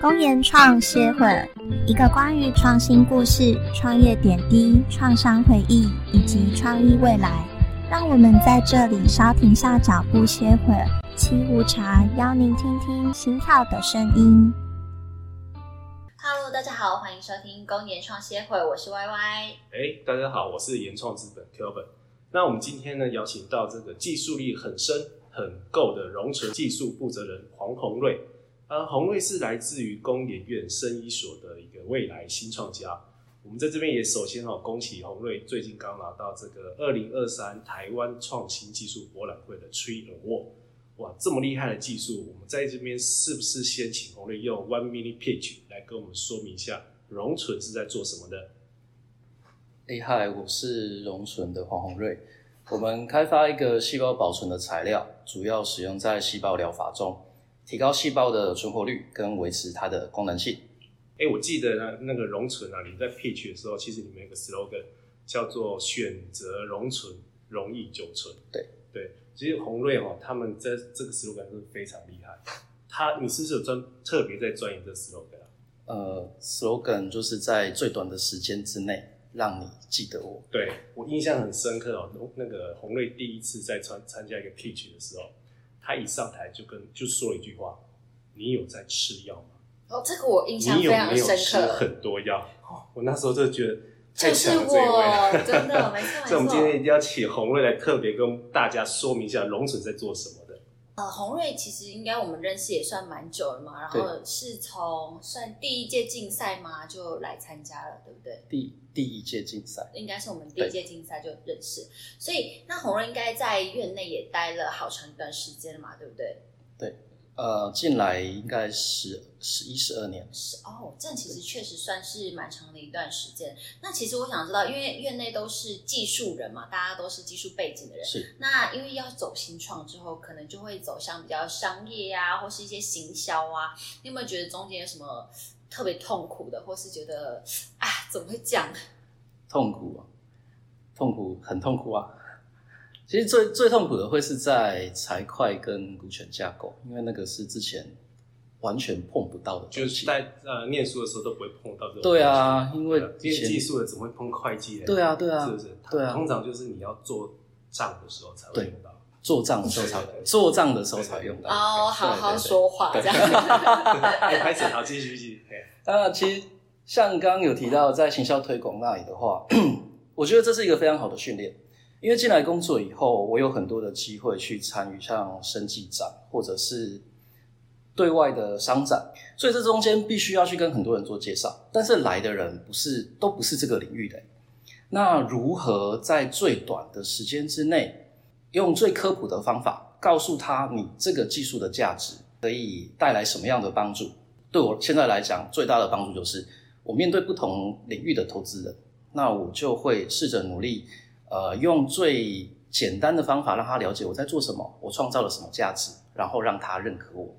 公研创协会，一个关于创新故事、创业点滴、创伤回忆以及创意未来。让我们在这里稍停下脚步歇会儿，沏壶茶，邀您听听心跳的声音。 Hello，大家好，欢迎收听公研创协会，我是 Y Y。哎，大家好，我是原创资本 Kelvin。那我们今天呢，邀请到这个技术力很深、很够的荣成技术负责人黄宏瑞。呃，洪瑞是来自于工研院生医所的一个未来新创家。我们在这边也首先哦，恭喜洪瑞最近刚拿到这个二零二三台湾创新技术博览会的 Tree Award。哇，这么厉害的技术，我们在这边是不是先请洪瑞用 One Minute Pitch 来跟我们说明一下融存是在做什么的？哎嗨，我是荣存的黄宏瑞。我们开发一个细胞保存的材料，主要使用在细胞疗法中，提高细胞的存活率跟维持它的功能性。哎，我记得呢，那个容存啊，你在 pitch 的时候，其实你们有个 slogan 叫做“选择容存，容易久存”对。对其实宏瑞哦，他们在这个 slogan 是非常厉害。他，你是不是有专特别在钻研这个 slogan 啊？呃，slogan 就是在最短的时间之内让你记得我。对我印象很深刻哦，那个宏瑞第一次在参参加一个 pitch 的时候，他一上台就跟就说了一句话：“你有在吃药吗？”哦，这个我印象你非有常没有深吃刻，很多药？哦我那时候就觉得太就是强了这一位我，真的 没错没所以我们今天错。一定要请洪瑞来特别跟大家说明一下龙笋在做什么的。呃，洪瑞其实应该我们认识也算蛮久了嘛，然后是从算第一届竞赛嘛就来参加了，对不对？第第一届竞赛，应该是我们第一届竞赛就认识，所以那洪瑞应该在院内也待了好长一段时间了嘛，对不对？呃，进来应该十十一十二年。是哦，这样其实确实算是蛮长的一段时间。那其实我想知道，因为院内都是技术人嘛，大家都是技术背景的人，是那因为要走新创之后，可能就会走向比较商业啊，或是一些行销啊。你有没有觉得中间有什么特别痛苦的，或是觉得啊怎么会这 样？痛苦啊，痛苦很痛苦啊。其实最最痛苦的会是在财会跟股权架构，因为那个是之前完全碰不到的就东是西。在呃念书的时候都不会碰到这种。对，啊，因为因以为前技术的怎么会碰会计呢？对啊对啊是不是？对啊通常就是你要做账的时候才会对用到。 做账的时候才对对对做账的时候才用到。哦，好好对对说话这 样。 哎，拍手，好，继续继续。哎当然，其实像刚刚有提到在行销推广那里的话， 我觉得这是一个非常好的训练，因为进来工作以后，我有很多的机会去参与像生技展或者是对外的商展，所以这中间必须要去跟很多人做介绍，但是来的人不是都不是这个领域的，那如何在最短的时间之内，用最科普的方法告诉他你这个技术的价值可以带来什么样的帮助？对我现在来讲，最大的帮助就是我面对不同领域的投资人，那我就会试着努力，呃，用最简单的方法让他了解我在做什么，我创造了什么价值，然后让他认可我。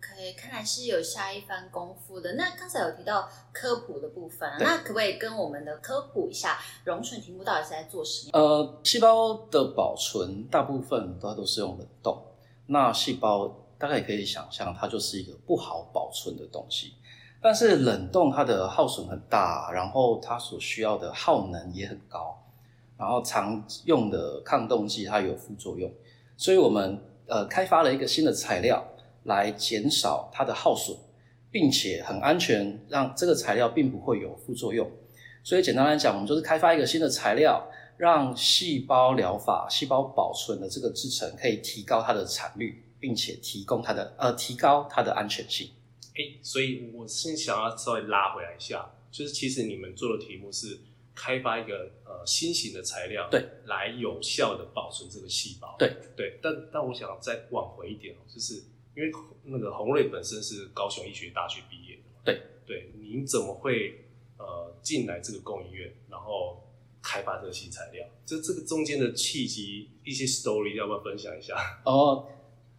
OK，看来是有下一番功夫的。那刚才有提到科普的部分啊，对那可不可以跟我们的科普一下荣顺题目到底是在做什么？呃，细胞的保存大部分它都是用冷冻，那细胞大概也可以想象，它就是一个不好保存的东西。但是冷冻它的耗损很大，然后它所需要的耗能也很高，然后常用的抗冻剂它有副作用，所以我们呃开发了一个新的材料来减少它的耗损，并且很安全，让这个材料并不会有副作用。所以简单来讲，我们就是开发一个新的材料，让细胞疗法、细胞保存的这个制成可以提高它的产率，并且提供它的呃提高它的安全性。哎，所以我先想要稍微拉回来一下，就是其实你们做的题目是开发一个呃新型的材料，对，来有效的保存这个细胞，对对。但但我想再往回一点哦，就是因为那个洪瑞本身是高雄医学大学毕业的嘛，对对，您怎么会呃进来这个工研院，然后开发这个新材料？这这个中间的契机一些 story 要不要分享一下？哦，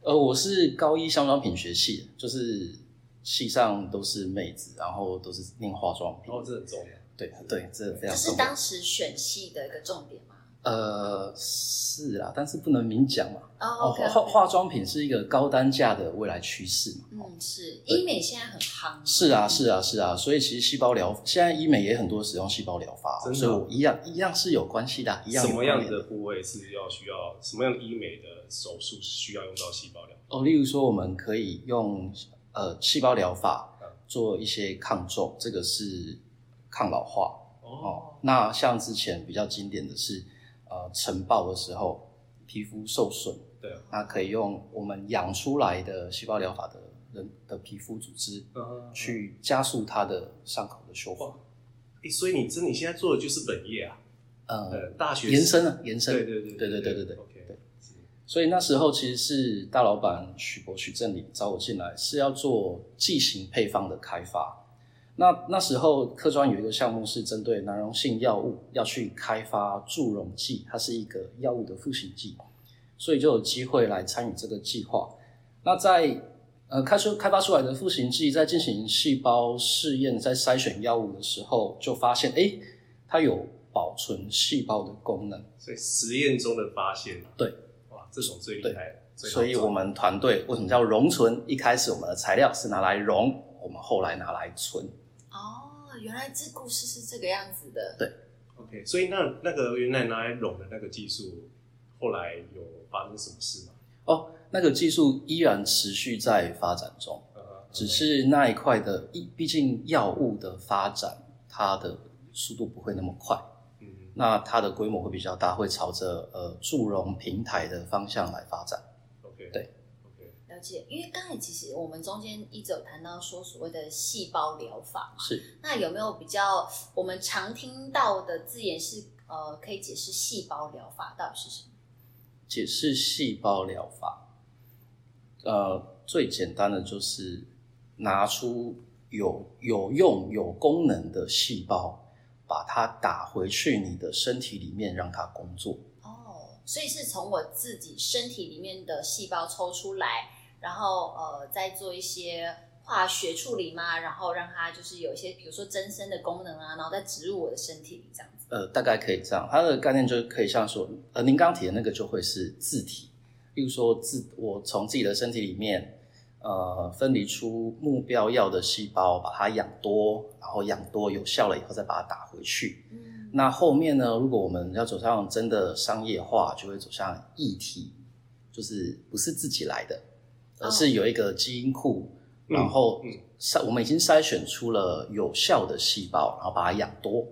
呃，我是高一香妆品学系的，就是系上都是妹子，然后都是念化妆品。哦，这很重要。对对，这这非常是重要当。时选系的一个重点吗？呃，是啦，但是不能明讲嘛。哦哦， ，OK，化化妆品是一个高单价的未来趋势嘛。嗯，是医美现在很夯，是啊，是啊，是啊，所以其实细胞疗现在医美也很多使用细胞疗法哦、真的啊所以我一样一样是有关系的啊，一样什有么关样联的部位是要需要什么样的医美的手术是需要用到细胞疗法？哦，例如说我们可以用呃细胞疗法嗯做一些抗皱，这个是抗老化哦哦，。那像之前比较经典的是呃晨爆的时候皮肤受损，对啊，那可以用我们养出来的细胞疗法的人的皮肤组织嗯，去加速它的伤口的修复哇，诶所以你真的你现在做的就是本业啊，呃呃，，大学延伸啊，延伸，对对对对对对对对。 ，OK，对是所以那时候其实是大老板许博许正理找我进来，是要做剂型配方的开发。那那时候科专有一个项目是针对难溶性药物要去开发助溶剂，它是一个药物的复形剂，所以就有机会来参与这个计划。那在呃开出开发出来的复形剂在进行细胞试验，在筛选药物的时候，就发现诶它有保存细胞的功能。所以实验中的发现，啊对，哇，这种最厉害了，最好所以赚我们团队为什么叫溶存？一开始我们的材料是拿来溶，我们后来拿来存。哦，原来这故事是这个样子的，对 OK，所以那那个原来拿来拢的那个技术，后来有发生什么事吗？哦，那个技术依然持续在发展中，呃，只是那一块的，毕毕竟药物的发展，它的速度不会那么快，嗯，那它的规模会比较大，会朝着呃助溶平台的方向来发展。 OK，对，OK，了解。因为刚才其实我们中间一直有谈到说所谓的细胞疗法，是那有没有比较我们常听到的字眼是呃，可以解释细胞疗法到底是什么？解释细胞疗法，呃，最简单的就是拿出有有用、有功能的细胞，把它打回去你的身体里面，让它工作。哦，所以是从我自己身体里面的细胞抽出来，然后呃，再做一些化学处理嘛，然后让它就是有一些，比如说增生的功能啊，然后再植入我的身体里这样子。呃，大概可以这样，它的概念就是可以像说，呃，您刚刚提的那个就会是自体，例如说自我从自己的身体里面，呃，分离出目标要的细胞，把它养多，然后养多有效了以后再把它打回去。嗯，那后面呢？如果我们要走向真的商业化，就会走向议题，就是不是自己来的，而是有一个基因库，嗯然后嗯筛、我们已经筛选出了有效的细胞，然后把它养多，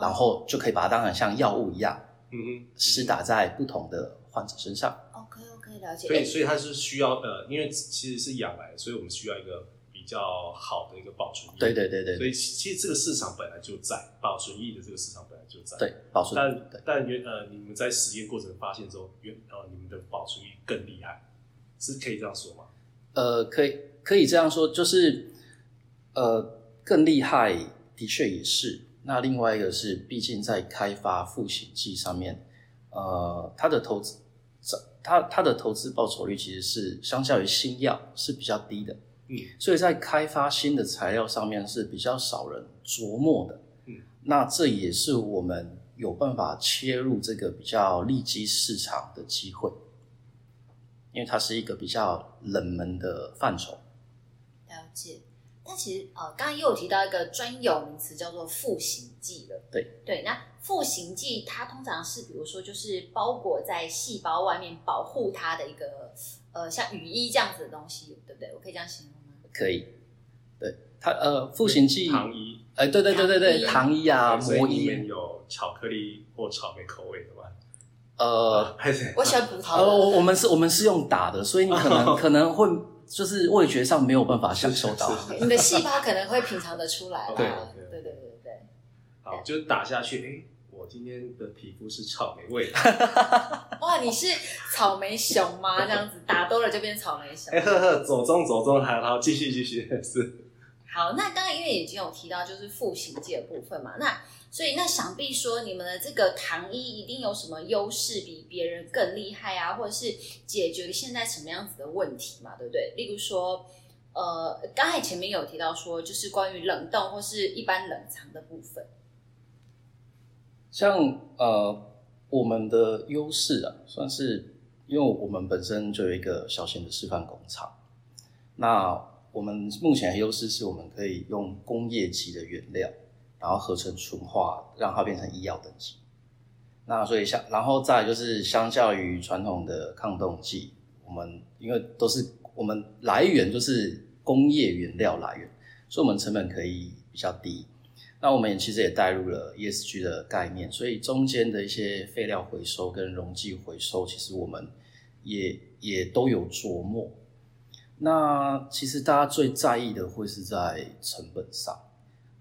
然后就可以把它当成像药物一样嗯哼，施打在不同的患者身上。 OK OK，了解。所以诶所以它是需要呃，因为其实是养来的，所以我们需要一个比较好的一个保存液。对对对对嗯所对以其其实这个市场本来就在保存液的这个市场本来就在。。对，保存但对但原呃，你们在实验过程发现之后，原呃你们的保存液更厉害，是可以这样说吗？呃，可以可以这样说，就是呃更厉害，的确也是。那另外一个是，毕竟在开发复形剂上面，呃，它的投资，它它的投资报酬率其实是相较于新药是比较低的，嗯，所以在开发新的材料上面是比较少人琢磨的。嗯，那这也是我们有办法切入这个比较利基市场的机会，因为它是一个比较冷门的范畴。了解。但其实呃，刚刚也有提到一个专有名词叫做复形剂了。对对，那复形剂它通常是比如说就是包裹在细胞外面保护它的一个呃像雨衣这样子的东西，对不对？我可以这样形容吗？可以，对它呃复形剂，糖衣，哎、对对对对对，糖糖衣啊，所以魔你们衣，有巧克力或草莓口味的吗？呃 还是我喜欢葡萄呃，我的。我们是我们是用打的，所以你可能可能会就是味觉上没有办法享受到。是你的细胞可能会品尝得出来啦，对对对对对对，好，就是打下去，哎、我今天的皮肤是草莓味的， 哇，你是草莓熊吗？这样子打多了就变草莓熊哎、。呵呵，走中走中，还好，继续继续，是，好，那刚刚因为已经有提到就是复形剂的部分嘛，那所以那想必说你们的这个糖衣一定有什么优势比别人更厉害啊，或者是解决现在什么样子的问题嘛，对不对？例如说，呃，刚才前面有提到说就是关于冷冻或是一般冷藏的部分，像呃，我们的优势啊，算是因为我们本身就有一个小型的示范工厂，那我们目前的优势是我们可以用工业级的原料，然后合成纯化，让它变成医药等级。那所以相，然后再来就是相较于传统的抗冻剂，我们因为都是我们来源就是工业原料来源，所以我们成本可以比较低。那我们也其实也带入了 ESG 的概念，所以中间的一些废料回收跟溶剂回收，其实我们也也都有琢磨。那其实大家最在意的会是在成本上，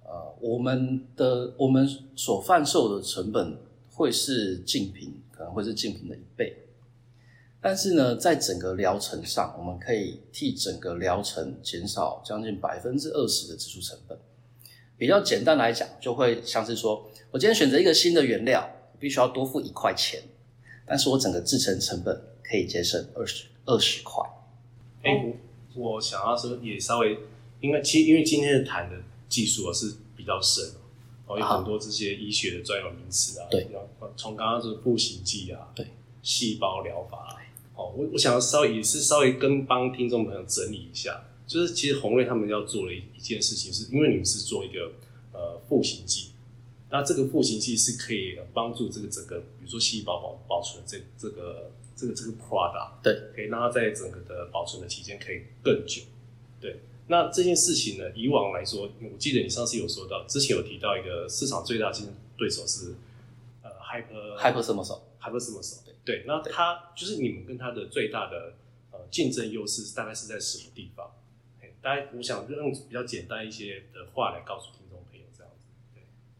呃，我们的我们所贩售的成本会是竞品，可能会是竞品的一倍。但是呢，在整个疗程上，我们可以替整个疗程减少将近百分之二十的支出成本。比较简单来讲，就会像是说，我今天选择一个新的原料，必须要多付一块钱，但是我整个制成成本可以节省二十二十块。哎、哦我我想要说也稍微，因为其因为今天的谈的技术啊是比较深哦，哦有好很多这些医学的专有名词啊，对比较，从刚刚是步行剂啊，对，细胞疗法、啊，哦，我我想要稍微也是稍微跟帮听众朋友整理一下，就是其实红瑞他们要做的一一件事情是，因为你们是做一个呃步行剂。那这个步行剂是可以帮助这个整个，比如说细胞保保存这这个这个这个 product，可以让它在整个的保存的期间可以更久。对，那这件事情呢，以往来说，我记得你上次有说到，之前有提到一个市场最大竞争对手是呃 Hyper Hyper 什么手？ Hyper 什么手？对，那它就是你们跟它的最大的呃竞争优势，大概是在什么地方？嘿大概我想用比较简单一些的话来告诉听众朋友这样子。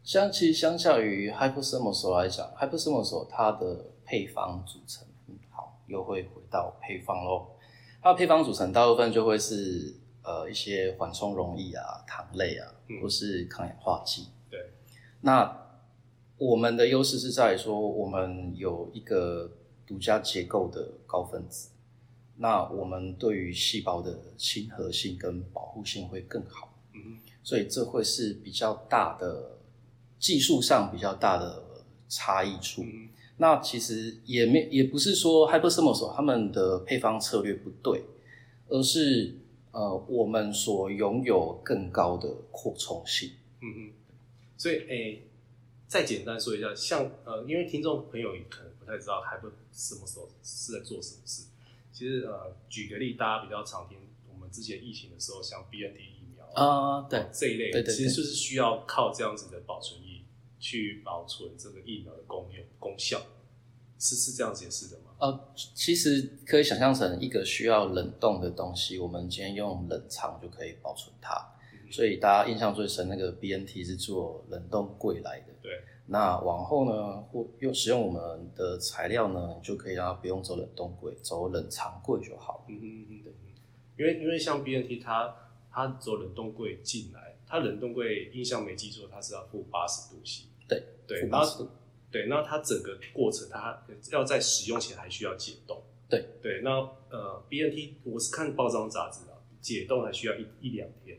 相其实相较于 hypersomal 来讲，hypersomal 它的配方组成，嗯，好，又会回到配方喽。它的配方组成大部分就会是呃一些缓冲溶液啊、糖类啊，嗯或是抗氧化剂。对，那我们的优势是在于说，我们有一个独家结构的高分子，那我们对于细胞的亲和性跟保护性会更好。嗯哼，所以这会是比较大的技术上比较大的差异处。嗯哼，那其实也没也不是说 Hypersomos 他们的配方策略不对，而是呃我们所拥有更高的扩充性。嗯哼。所以，诶、再简单说一下，像呃，因为听众朋友也可能不太知道 Hyper 什么时候是在做什么事。其实，呃，举个例，大家比较常听，我们之前疫情的时候，像 BNT 疫苗啊、对这一类，对对对其实就是需要靠这样子的保存液去保存这个疫苗的功用功效，是是这样解释的吗？呃，其实可以想象成一个需要冷冻的东西，我们今天用冷藏就可以保存它。嗯所以大家印象最深那个 BNT 是做冷冻柜来的。对。那往后呢，或用使用我们的材料呢，你就可以让它不用走冷冻柜，走冷藏柜就好了。嗯嗯嗯，对，因为因为像 BNT 它它走冷冻柜进来，它冷冻柜印象没记错，它是要负八十度 C。对对，负然80后度对，那它整个过程它要在使用前还需要解冻。对对，那呃 BNT 我是看报章杂志啊，解冻还需要一一两天，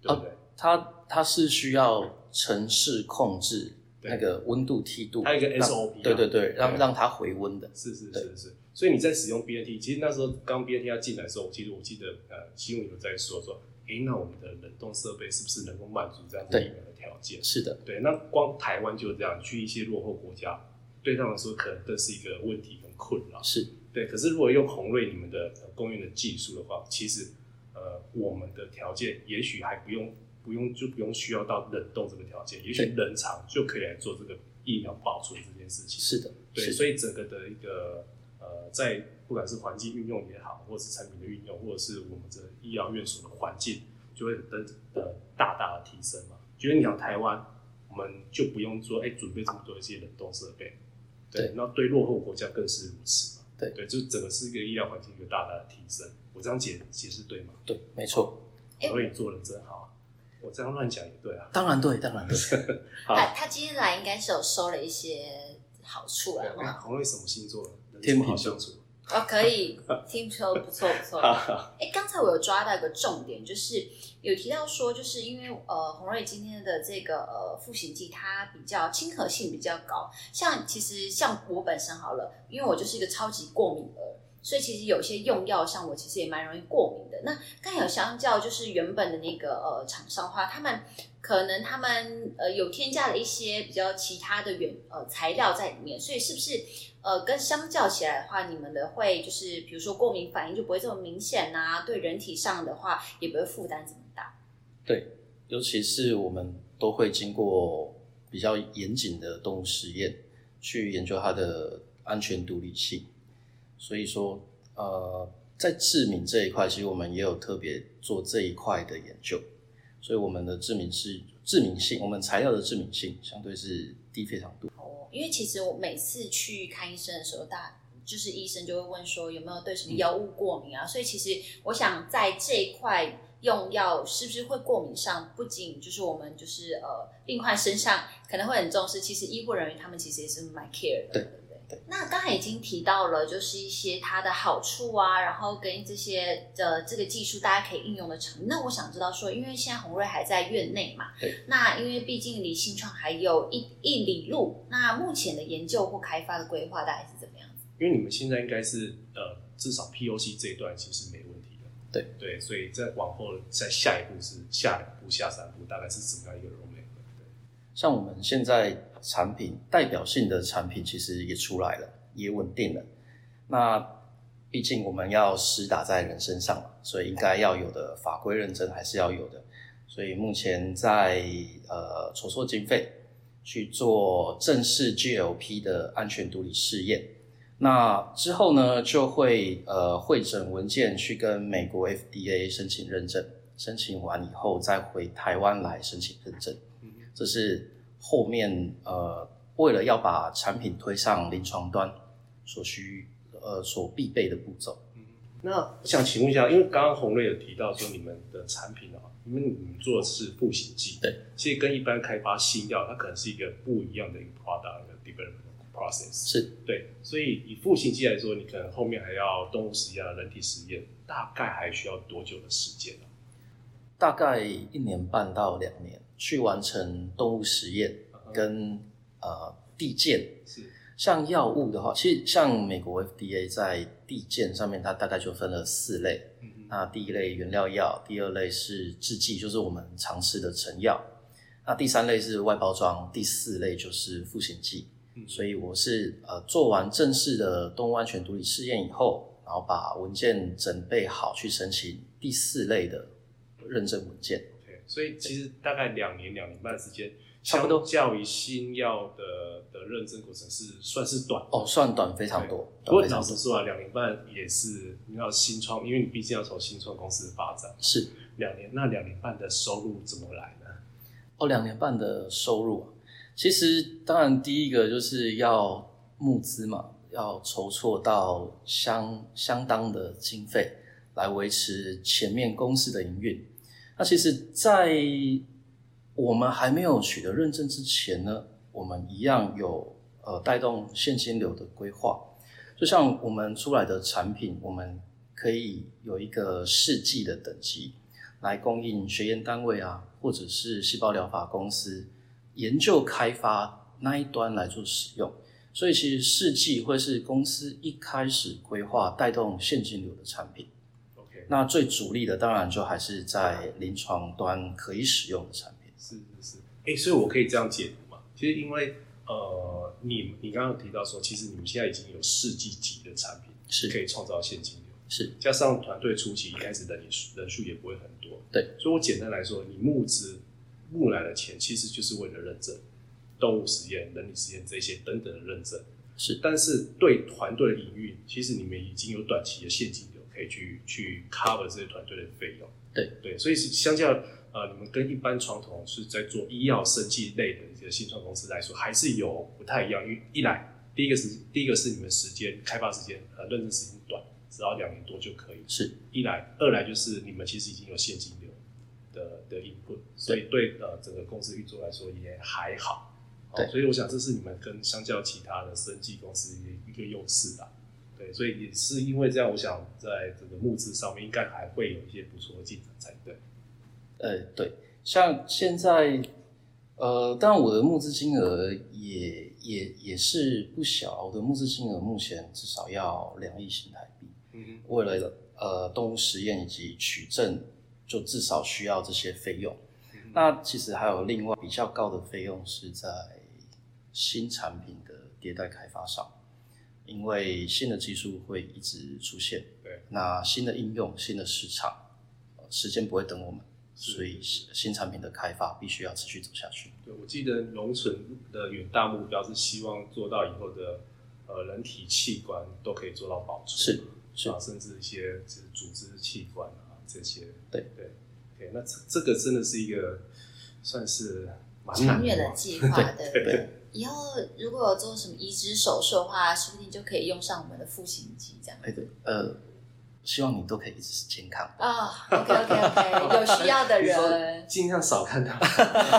对啊不对？它它是需要城市控制对那个温度梯度，它有一个让 SOP 啊对对对，让对让它回温的。是是对是是，所以你在使用 BNT，其实那时候刚 BNT 要进来的时候，我其实我记得呃新闻有在说说，诶，那我们的冷冻设备是不是能够满足这样子对疫苗的条件？是的，对，那光台湾就这样，去一些落后国家，对他们来说可能这是一个问题跟困扰。是对，可是如果用红瑞你们的呃供应的技术的话，其实呃我们的条件也许还不用不用就不用需要到冷冻这个条件，也许对冷藏就可以来做这个疫苗保存这件事情。是的，对，是所以整个的一个呃，在不管是环境运用也好，或者是产品的运用，或者是我们的医疗院所的环境，就会等呃大大的提升嘛。觉得你讲台湾，我们就不用说哎、准备这么多一些冷冻设备，对那对落后国家更是如此嘛。对对，就整个是一个医疗环境一个大大的提升。我这样解解释对吗？对，没错。哎所以做的真好啊，我这样乱讲也对啊。当然对，当然对。他好，他今天来应该是有收了一些好处啦。那红瑞什么星座的？啊天秤好相处，哦，可以，听说不错不错。哈哈，哎，刚才我有抓到一个重点，就是有提到说，就是因为呃，洪瑞今天的这个呃复形剂，它比较亲和性比较高。像其实像我本身好了，因为我就是一个超级过敏儿，所以其实有些用药上我其实也蛮容易过敏的。那刚才有相较就是原本的那个呃厂商的话，他们可能他们呃有添加了一些比较其他的原呃材料在里面，所以是不是呃跟相较起来的话，你们的会就是比如说过敏反应就不会这么明显呐、对人体上的话也不会负担这么大。对，尤其是我们都会经过比较严谨的动物实验，去研究它的安全独立性。所以说，呃，在致敏这一块，其实我们也有特别做这一块的研究。所以我们的致敏是致敏性，我们材料的致敏性相对是低非常多。哦，因为其实我每次去看医生的时候，大就是医生就会问说有没有对什么药物过敏啊，所以其实我想在这一块。用药是不是会过敏上，不仅就是我们就是呃病患身上可能会很重视，其实医护人员他们其实也是蛮 care 的，对不对？那刚才已经提到了，就是一些它的好处啊，然后跟这些呃这个技术大家可以应用的场景。那我想知道说，因为现在红瑞还在院内嘛，对，那因为毕竟离新创还有一一里路，那目前的研究或开发的规划大概是怎么样？因为你们现在应该是呃，至少 POC 这一段其实没问题的。对对，所以再往后再下一步是下两步、下三步，大概是什么样一个 roadmap？对像我们现在产品代表性的产品其实也出来了，也稳定了。那毕竟我们要实打在人身上嘛，所以应该要有的法规认证还是要有的。所以目前在呃筹措经费去做正式 GLP 的安全独立试验。那之后呢，就会呃会诊文件去跟美国 FDA 申请认证，申请完以后再回台湾来申请认证。嗯这是后面呃为了要把产品推上临床端所需呃所必备的步骤。那我想请问一下，因为刚刚洪瑞有提到说你们的产品啊，因为你们做的是步行剂，对，其实跟一般开发新药，它可能是一个不一样的一个 product 的 development process。是对，所以以复型剂来说，你可能后面还要动物实验、啊人体实验，大概还需要多久的时间呢、大概一年半到两年去完成动物实验跟呃地建。啊是像药物的话，其实像美国 FDA 在地建上面，它大概就分了四类。嗯那第一类原料药，第二类是制剂，就是我们常吃的成药。那第三类是外包装，第四类就是复形剂。嗯所以我是呃做完正式的动物安全独立试验以后，然后把文件准备好去申请第四类的认证文件。 OK，所以其实大概两年、两年半的时间，差不多相较于新药的的认证过程是算是短的哦，算短非常多，不过短非老常多实说啊，两年半也是你要新创，因为你毕竟要从新创公司发展是两年，那两年半的收入怎么来呢？哦，两年半的收入啊，其实当然第一个就是要募资嘛，要筹措到相相当的经费来维持前面公司的营运。那其实，在我们还没有取得认证之前呢，我们一样有呃带动现金流的规划。就像我们出来的产品，我们可以有一个试剂的等级，来供应学研单位啊，或者是细胞疗法公司研究开发那一端来做使用。所以其实试剂会是公司一开始规划带动现金流的产品。 OK，那最主力的当然就还是在临床端可以使用的产品。是是是，哎、所以我可以这样解读嘛？其实因为呃，你你刚刚有提到说，其实你们现在已经有世纪级的产品，是可以创造现金流，是加上团队初期一开始人也数人数也不会很多，对，所以我简单来说，你募资募来的钱其实就是为了认证动物实验、人体实验这些等等的认证。是但是对团队的营运，其实你们已经有短期的现金流可以去去 cover 这些团队的费用。对对，所以是相较呃，你们跟一般传统是在做医药生技类的一些新创公司来说，还是有不太一样。因为一来，第一个是第一个是你们时间开发时间呃认证时间短，只要两年多就可以。是一来，二来就是你们其实已经有现金流的的 input，所以对呃整个公司运作来说也还好。哦对所以我想这是你们跟相较其他的生技公司一个优势啦。对，所以也是因为这样，我想在这个募资上面应该还会有一些不错的进展才对。呃，对，像现在，呃，但我的募资金额也也也是不小，我的募资金额目前至少要两亿新台币。嗯，为了呃动物实验以及取证，就至少需要这些费用。嗯那其实还有另外比较高的费用是在新产品的迭代开发上，因为新的技术会一直出现，对，那新的应用、新的市场，呃时间不会等我们，是所以新新产品的开发必须要持续走下去。对，我记得农村的远大目标是希望做到以后的呃人体器官都可以做到保存，是是啊，甚至一些就是组织器官啊这些。对对，OK，那这这个真的是一个算是蛮难长远的的嘛，计划， 对不对对？以后如果有做什么移植手术的话，说不定就可以用上我们的复形肌这样。哎对，呃，希望你都可以一直是健康。 啊、o k OK OK，有需要的人，尽量少看到。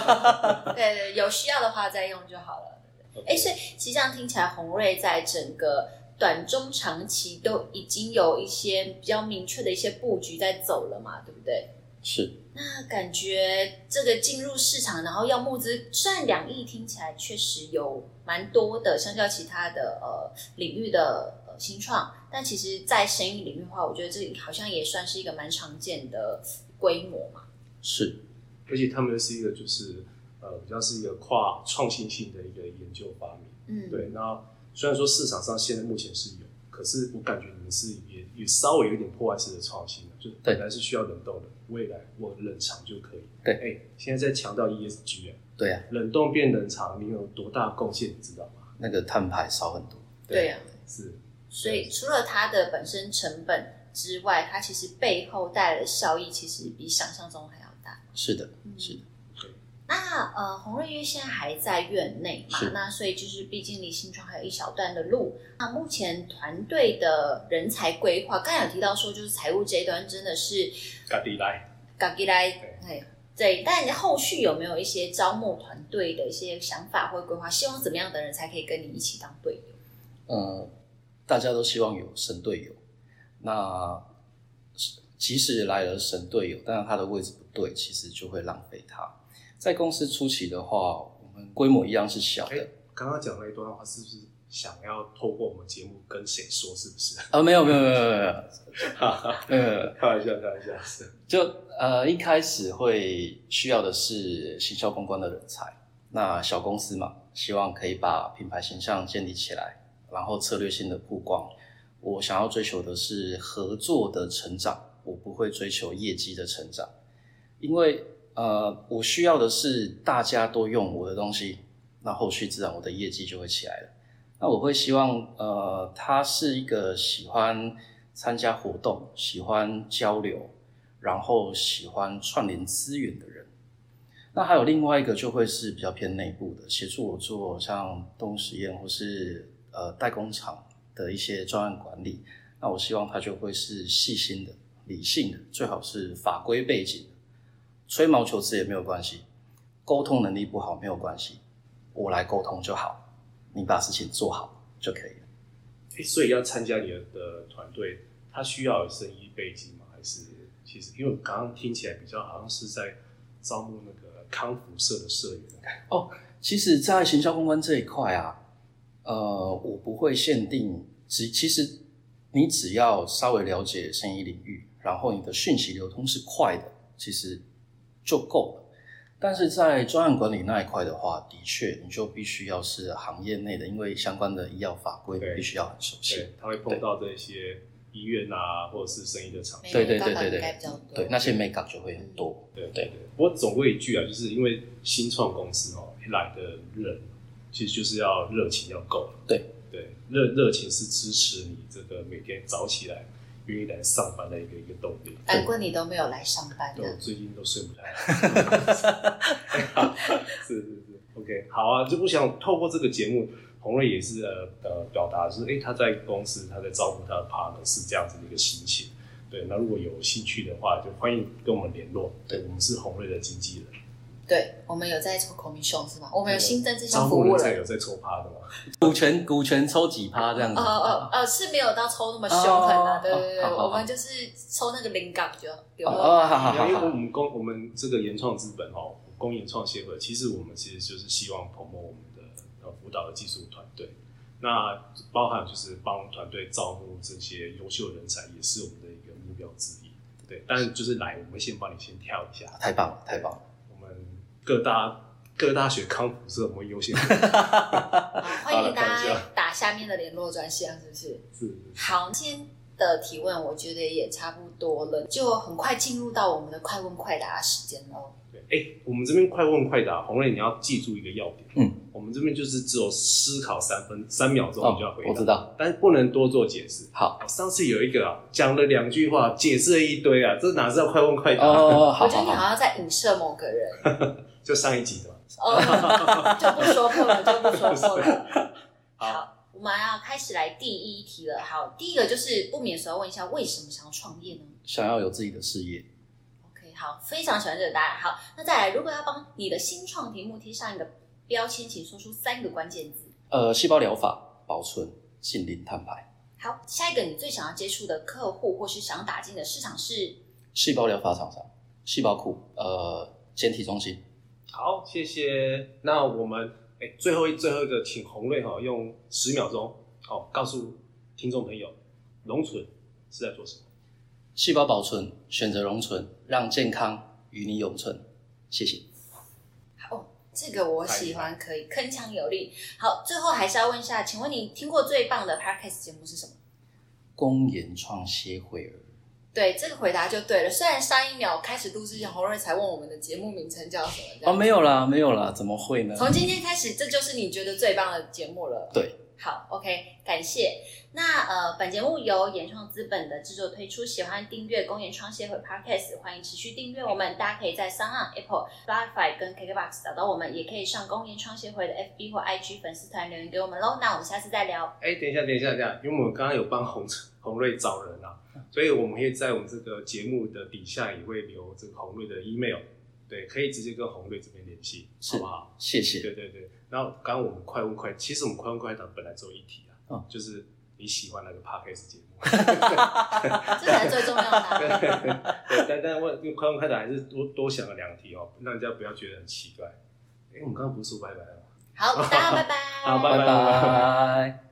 对对，有需要的话再用就好了。哎，哎所以其实这样听起来，红瑞在整个短中长期都已经有一些比较明确的一些布局在走了嘛，对不对？是，那感觉这个进入市场，然后要募资，虽然两亿听起来确实有蛮多的，相较其他的呃领域的呃新创，但其实，在生意领域的话，我觉得这好像也算是一个蛮常见的规模嘛。是而且他们是一个就是呃比较是一个跨创新性的一个研究发明。嗯，对，那虽然说市场上现在目前是有，可是我感觉你们是也也稍微有一点破坏式的创新了，就是对本来是需要冷冻的，未来我冷藏就可以。对哎、现在在强调 ESG，、哎，对啊，冷冻变冷藏，你有多大贡献，你知道吗？那个碳排少很多。对啊，是，所以除了它的本身成本之外，它其实背后带来的效益，其实比想象中还要大。是的，嗯是的。那呃，红瑞因为现在还在院内嘛是，那所以就是毕竟离新创还有一小段的路。那目前团队的人才规划，刚才有提到说，就是财务这一端真的是赶紧来。搞起来，哎，对。但后续有没有一些招募团队的一些想法或规划？希望怎么样的人才可以跟你一起当队友？呃，大家都希望有神队友。那是即使来了神队友，但是他的位置不对，其实就会浪费他。在公司初期的话，我们规模一样是小哎、的。刚刚讲那一段话是不是想要透过我们节目跟谁说？是不是？啊，没有没有没有没有没有呃哈哈，没有没有，开玩笑，开玩笑， 是，就呃一开始会需要的是行销公关的人才。那小公司嘛，希望可以把品牌形象建立起来，然后策略性的曝光。我想要追求的是合作的成长，我不会追求业绩的成长，因为呃，我需要的是大家都用我的东西，那后续自然我的业绩就会起来了。那我会希望呃，他是一个喜欢参加活动、喜欢交流，然后喜欢串联资源的人。那还有另外一个就会是比较偏内部的，协助我做像动物实验或是呃代工厂的一些专案管理。那我希望他就会是细心的、理性的，最好是法规背景的，吹毛求疵也没有关系，沟通能力不好没有关系，我来沟通就好，你把事情做好就可以了。哎、所以要参加你的的团队，他需要有生意背景吗？还是其实因为我刚刚听起来比较好像是在招募那个康复社的社员的感觉。其实，在行销公关这一块啊，呃，我不会限定，只其实你只要稍微了解生意领域，然后你的讯息流通是快的，其实就够了。但是在专案管理那一块的话，的确你就必须要是行业内的，因为相关的医药法规对必须要很熟悉对。，他会碰到这些医院啊，或者是生意的场所。对对对没办法对应该对比较多，对，那些美感就会很多。对对不过总归一句啊，就是因为新创公司哦，来的人其实就是要热情要够。对对，热热情是支持你这个每天早起来愿意来上班的一个一个动力。难怪你都没有来上班啊对，我呢。最近都睡不着。 是是是，OK，好啊，就我想透过这个节目，洪瑞也是呃呃表达，就是哎、诶他在公司他在招呼他的 partner 是这样子的一个心情。对，那如果有兴趣的话，就欢迎跟我们联络。对，我们是洪瑞的经纪人。对，我们有在抽 commission 是吗？我们有新增这项招服募务人才了。有在抽趴的吗？股权股权抽几趴这样子？啊呃呃呃，是没有到抽那么凶狠啊，嗯哦对对对，好好好我们就是抽那个灵感就有。哦，好好好因为我好，们公我们这个原创资本哦，公研创协会，其实我们其实就是希望 promote 我们的呃辅导的技术团队，那包含就是帮团队招募这些优秀人才，也是我们的一个目标之一。对，但就是来，我们先帮你先跳一下，太棒了，太棒了！我们各大各大学康复社我们优先 好啊欢迎大好了开玩家打下面的联络专线，是不是？是好，今天的提问我觉得也差不多了，就很快进入到我们的快问快答时间哦喽。对，哎、我们这边快问快答，红瑞，你要记住一个要点，嗯，我们这边就是只有思考三分三秒钟，哦你就要回答，我知道，但是不能多做解释。好上次有一个啊，讲了两句话，解释了一堆啊，这哪是要快问快答？哦，好我觉得好你好，好像在影射某个 人，就上一集的嘛。哦，就不说破了，就不说破 了。好好，我们要开始来第一题了。好，第一个就是不免俗要问一下，为什么想要创业呢想要有自己的事业， ？OK，好，非常喜欢这个答案。好，那再来，如果要帮你的新创题目贴上一个标签，请说出三个关键字。呃，细胞疗法、保存、近邻碳排。好，下一个你最想要接触的客户或是想要打进的市场是细胞疗法厂商、细胞库、呃，简体中心。好，谢谢。那我们哎、最后一最后一个，请红瑞哈、用十秒钟，好、告诉听众朋友，龙存是在做什么？细胞保存，选择容存，让健康与你永存。谢谢。哦这个我喜欢，可以铿锵有力。好，最后还是要问一下，请问你听过最棒的 podcast 节目是什么？公研创协会儿，对，这个回答就对了。虽然上一秒开始录之前，洪瑞才问我们的节目名称叫什么，这哦，样没有啦，没有啦，怎么会呢？从今天开始，这就是你觉得最棒的节目了。对，好，OK，感谢。那呃，本节目由研创资本的制作推出，喜欢订阅公研创协会 Podcast，欢迎持续订阅我们。大家可以在三岸 Apple、Spotify 跟 KKBox 找到我们，也可以上公研创协会的 FB 或 IG 粉丝团留言给我们喽。那我们下次再聊。哎、等一下，等一下，等一下，因为我们刚刚有帮红红瑞找人 啊，所以我们会在我们这个节目的底下也会留这个红瑞的 email，对，可以直接跟红瑞这边联系，是好不好？谢谢。对对对。然后刚刚我们快问快，其实我们快问快答本来只有一题啊，嗯就是你喜欢哪个 podcast 节目？ 这才是最重要的啊、对，但但问因为快问快答还是多多想了两题哦，让人家不要觉得很奇怪。哎、我们刚刚不是说拜拜了吗？好，大家拜拜。好拜拜拜。